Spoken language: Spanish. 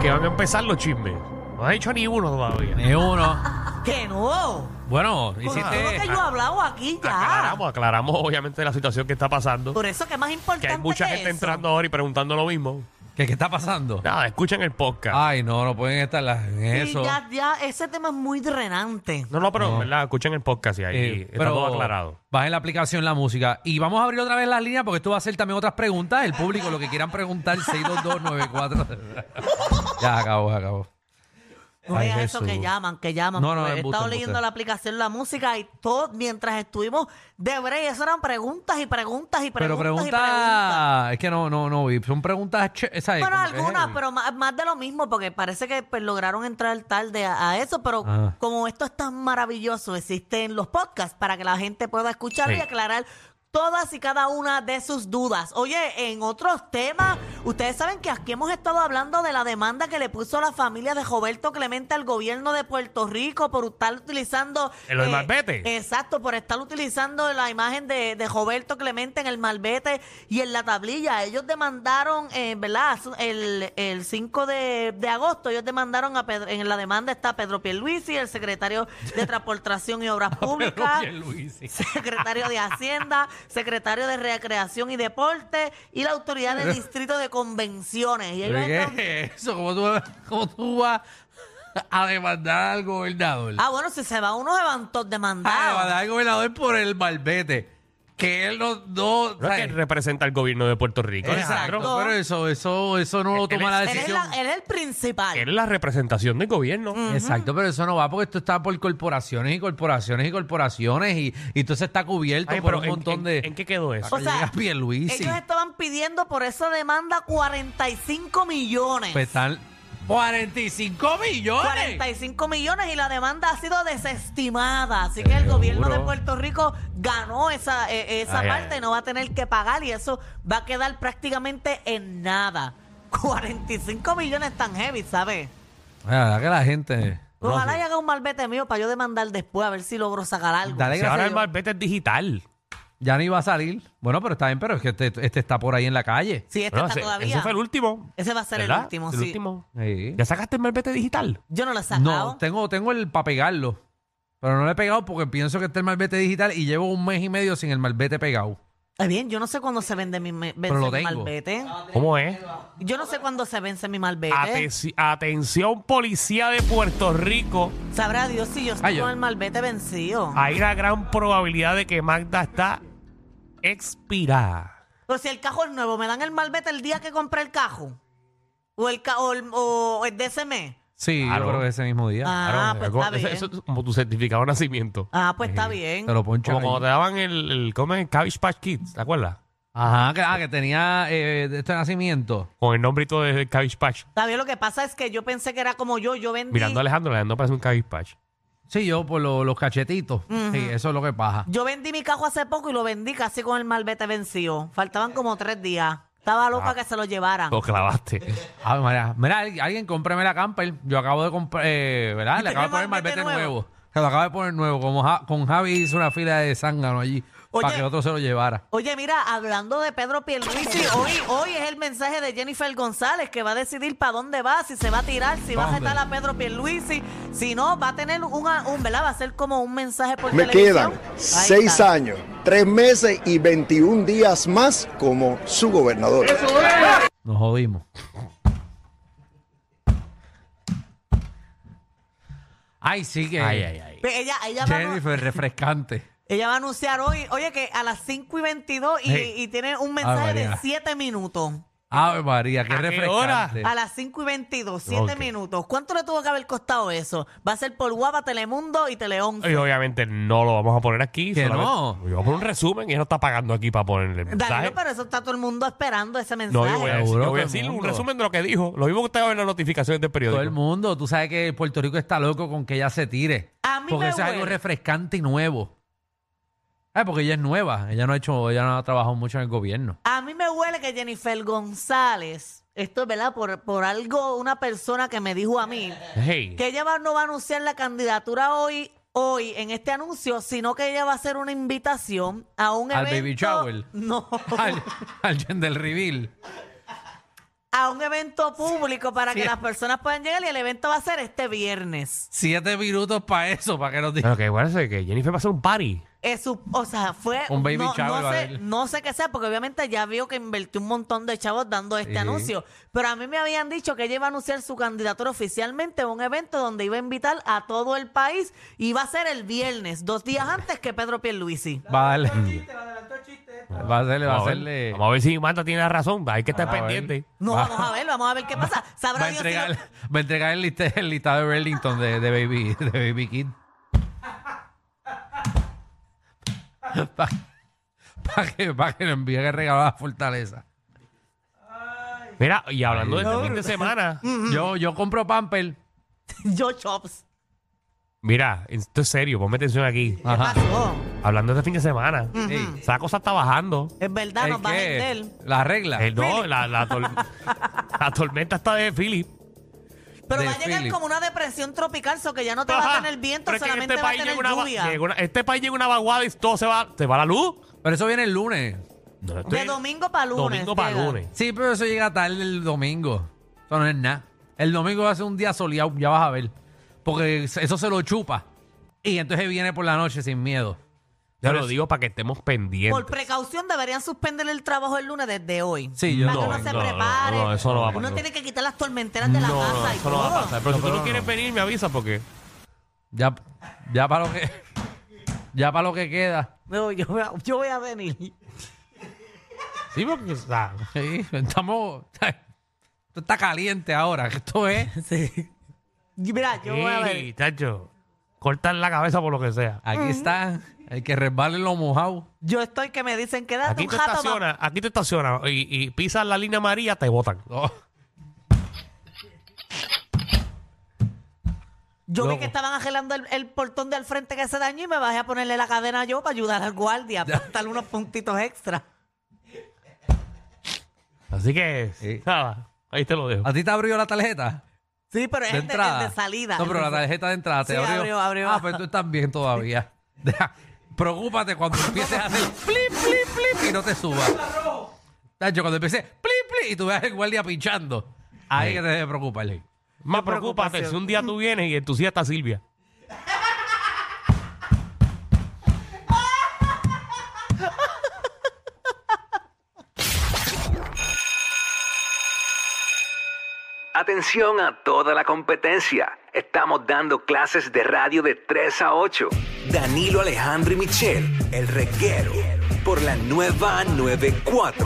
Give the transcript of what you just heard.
que van a empezar los chismes. No has hecho ni uno todavía. Ni uno. Que no. Bueno, Con hiciste. todo lo que yo he hablado aquí ya. Aclaramos, aclaramos obviamente la situación que está pasando. Por eso que es más importante. Que hay mucha gente eso. entrando ahora y preguntando lo mismo. ¿Qué, qué está pasando? Nada, escuchen el podcast. Ay, no, no pueden estar las- en Y eso. ya, ya, ese tema es muy drenante. No, no, pero ¿verdad? escuchen el podcast y ahí Eh, está todo aclarado. Bajen la aplicación la música. Y vamos a abrir otra vez las líneas porque esto va a ser también otras preguntas. El público, lo que quieran preguntar, 62294. ya acabó, acabó. No Ay, veas eso Jesús. que llaman, que llaman. No, no, porque he embuste, estado embuste. leyendo la aplicación, la música y todo mientras estuvimos de break. Eso eran preguntas y preguntas y preguntas. Pero y preguntas. pregunta, es que no, no, no, vi. son preguntas, che- ¿sabes? Bueno, Como que algunas, heavy. pero más, más de lo mismo, porque parece que pues, lograron entrar tarde a, a eso, pero Ah. como esto es tan maravilloso, existen los podcasts para que la gente pueda escuchar Sí. y aclarar todas y cada una de sus dudas. Oye, en otros temas, ustedes saben que aquí hemos estado hablando de la demanda que le puso la familia de Roberto Clemente al gobierno de Puerto Rico por estar utilizando... eh, En lo del malvete. Exacto, por estar utilizando la imagen de, de Roberto Clemente en el malvete y en la tablilla. Ellos demandaron, eh, ¿verdad? Su- El, el 5 de, de agosto, ellos demandaron a Pedro, en la demanda está Pedro Pierluisi, el secretario de Transportación y Obras Públicas, Pierluisi. secretario de Hacienda, secretario de Recreación y Deporte y la autoridad del Distrito de Convenciones. Y ellos ¿Pero están- qué es eso? ¿Cómo tú, cómo tú vas a demandar al gobernador? Ah, bueno, si se va uno, se van todos Ah, a demandados. demandar al gobernador por el malvete. Que él no... no No es que ¿sabes? Eh, él representa al gobierno de Puerto Rico, Exacto, Alejandro. pero eso, eso, eso no lo Él toma es- la Él es, decisión. la- él es el principal. Él es la representación del Mm. gobierno. Exacto, pero eso no va porque esto está por corporaciones y corporaciones y corporaciones y, y entonces está cubierto Ay, por pero un ¿en- montón en- de... ¿En qué quedó eso? O sea, llega Pierluisi. Ellos estaban pidiendo por esa demanda 45 millones. Pues están 45 millones. 45 millones y la demanda ha sido desestimada. Así que el gobierno de Seguro. Puerto Rico ganó esa, eh, esa Ay, parte ay. y no va a tener que pagar y eso va a quedar prácticamente en nada. 45 millones tan heavy, ¿sabes? La verdad que la gente... no Ojalá sé. y haga un malvete mío para yo demandar después a ver si logro sacar algo. Dale Si gracias ahora a el Dios. malvete es digital. Este Ya ni va a salir. Bueno, pero está bien, pero es que este, este está por ahí en la calle. Sí, este Bueno, está ese, todavía. ese fue el último. Ese va a ser el ¿verdad? último, El sí. último. Sí. ¿Ya sacaste el malvete digital? Yo no lo he No, sacado. tengo, tengo el para pegarlo. Pero no lo he pegado porque pienso que está el malvete digital y llevo un mes y medio sin el malvete pegado. Está bien, yo no sé cuándo se vende mi, me- Pero lo vence mi tengo. malvete. ¿Cómo es? Yo no sé cuándo se vence mi malvete. Atenci- atención, policía de Puerto Rico. Sabrá Dios si yo estoy Ay, yo- con el malvete vencido. Hay la gran probabilidad de que Magda está expirada. Pero si el cajo es nuevo, ¿me dan el malvete el día que compré el cajo? ¿O el, ca- o el, o el de ese mes? Sí, Claro. yo creo que ese mismo día. Ah, Claro, pues como- está eso- bien. eso es como tu certificado de nacimiento. Ah, pues Eh, está Te bien. lo ponchan Como cuando ahí. te daban el, el, ¿cómo es? el Cabbage Patch Kids, ¿te acuerdas? Ajá, que, ah, que tenía eh, de este nacimiento. Con el nombrito de Cabbage Patch. Está bien, lo que pasa es que yo pensé que era como yo, yo vendí. Mirando a Alejandro, Alejandro parece un Cabbage Patch. Sí, yo por lo- los cachetitos. Sí, eso es lo que pasa. Yo vendí mi cajo hace poco y lo vendí casi con el malvete vencido. Faltaban como tres días. Estaba loca que se lo llevaran. Ah. Lo clavaste. Eh. A ver, María, Ah, mira, al- alguien cómprame la camper. Yo acabo de comprar, eh, ¿verdad? Le ¿Y acabo de tiene poner el malvete malvete nuevo. nuevo? Se lo acabo de poner nuevo. Como Ja- con Javi hizo una fila de zángano allí para Oye. que otro se lo llevara. Oye, mira, hablando de Pedro Pierluisi, hoy, hoy es el mensaje de Jennifer González que va a decidir para dónde va, si se va a tirar, si va a ¿Dónde? retar a Pedro Pierluisi, si no, va a tener un, un ¿verdad? Va a ser como un mensaje por Me televisión. quedan Ahí seis está. años, tres meses y 21 días más como su gobernador. Nos jodimos. Ay, sí que. Ay, ay, ay. Pero Ella, ella, va, a- Jennifer, refrescante. ella va a anunciar hoy, oye, que a las 5 y 22 y, Hey. y tiene un mensaje Ave de María. 7 minutos. Ave María, qué ¿A qué hora? refrescante. A las 5 y 22, 7 Ok. minutos. ¿Cuánto le tuvo que haber costado eso? Va a ser por Guapa, Telemundo y Teleonce. Y obviamente no lo vamos a poner aquí. ¿Que solamente- no? Yo voy a poner un resumen y él no está pagando aquí para ponerle el mensaje. Danilo, pero eso está todo el mundo esperando ese mensaje. No, yo voy a decir, Seguro yo voy a todo el decir un mundo. resumen de lo que dijo. Lo mismo que usted va a ver en las notificaciones del periódico. Todo el mundo, tú sabes que Puerto Rico está loco con que ella se tire. A mí porque me eso es algo huele. refrescante y nuevo. Ay, porque ella es nueva, ella no ha hecho, ella no ha trabajado mucho en el gobierno. A mí me huele que Jennifer González, esto es verdad, por, por algo, una persona que me dijo a mí, Hey. que ella va- no va a anunciar la candidatura hoy, hoy en este anuncio, sino que ella va a hacer una invitación a Al un evento. baby shower. No. Al, al gender reveal. a un evento público para que las personas puedan llegar y el evento va a ser este viernes. Siete minutos para eso, para que nos digan. Pero que bueno, sé que Jennifer va a hacer un party. Es su- o sea, fue Un baby no, shower no va a sé, haber. no sé qué sea, porque obviamente ya vio que invirtió un montón de chavos dando este Sí. anuncio. Pero a mí me habían dicho que ella iba a anunciar su candidatura oficialmente a un evento donde iba a invitar a todo el país y va a ser el viernes, dos días antes que Pedro Pierluisi. Va a darle. Va a hacerle, va a Vamos a ver- hacerle. Vamos a ver si Manta tiene razón. Hay que estar Vamos a ver. pendiente. No, Va- vamos a ver, vamos a ver qué pasa. Va Sabrá a Dios si entregar, lo- va a entregar el, liste- el listado de Burlington de, de Baby, de Baby Kid. Para que, pa' que lo envíe que regalo a la fortaleza. Mira, y hablando de este fin de semana, Yo, yo compro Pamper. Yo Chops. mira, esto es serio, ponme atención aquí. ¿Qué pasó? Hablando de este fin de semana, Ey, esa cosa está bajando. Es verdad, ¿el Ah, nos va a qué? vender. La regla. El no, la, la, tor- la tormenta está de Philip. Pero de va a llegar Philip. como una depresión tropical, so que ya no te va a tener viento, Pero es que en solamente este va a país tener llega una va- lluvia. llega una- este país llega una vaguada y todo se va, se va la luz. Pero eso viene el lunes. No, esto De es domingo para lunes. domingo para llega. lunes. Sí, pero eso llega tarde el domingo. Eso no es nada. El domingo va a ser un día soleado, ya vas a ver. Porque eso se lo chupa. Y entonces viene por la noche sin miedo. Yo lo digo para que estemos pendientes. Por precaución deberían suspender el trabajo el lunes desde hoy. Sí, yo Para que no, uno se no, prepare. no, no, eso no va a Uno pasar. tiene que quitar las tormenteras de la no, casa no, y eso no todo. va a pasar. Pero si tú no, no, quieres venir, me avisa porque. Ya, ya para lo que. Ya para lo que queda. No, yo, voy a- yo voy a venir. Sí, porque. o sea, Sí, estamos. Esto está caliente ahora. que Esto es. Sí. Mira, yo voy a sí, venir. chacho. Cortar la cabeza por lo que sea. Aquí está. El que resbale lo mojado. Yo estoy que me dicen, quédate Aquí un te jato más. estacionas, aquí te estacionas y, y pisas la línea amarilla, te botan. Oh, Yo vi Loco. que estaban arreglando el, el portón del frente que se dañó y me bajé a ponerle la cadena yo para ayudar al guardia, para darle unos puntitos extra. Así que, Sí. nada, ahí te lo dejo. ¿A ti te abrió la tarjeta? Sí, pero es de el de, el entrada. de salida. No, pero la tarjeta de entrada te Sí, abrió. abrió, abrió. Ah, pero tú estás bien todavía. Deja- Preocúpate cuando empieces a hacer plip, plip, plip y no te subas. Tacho, cuando empieces plip, plip y tú veas el guardia pinchando. Ahí que te debe preocupar. Más preocúpate si un día tú vienes y en tu silla está Silvia. Atención a toda la competencia. Estamos dando clases de radio de 3 a 8. Danilo Alejandro y Michel, el reguero, por la nueva 94.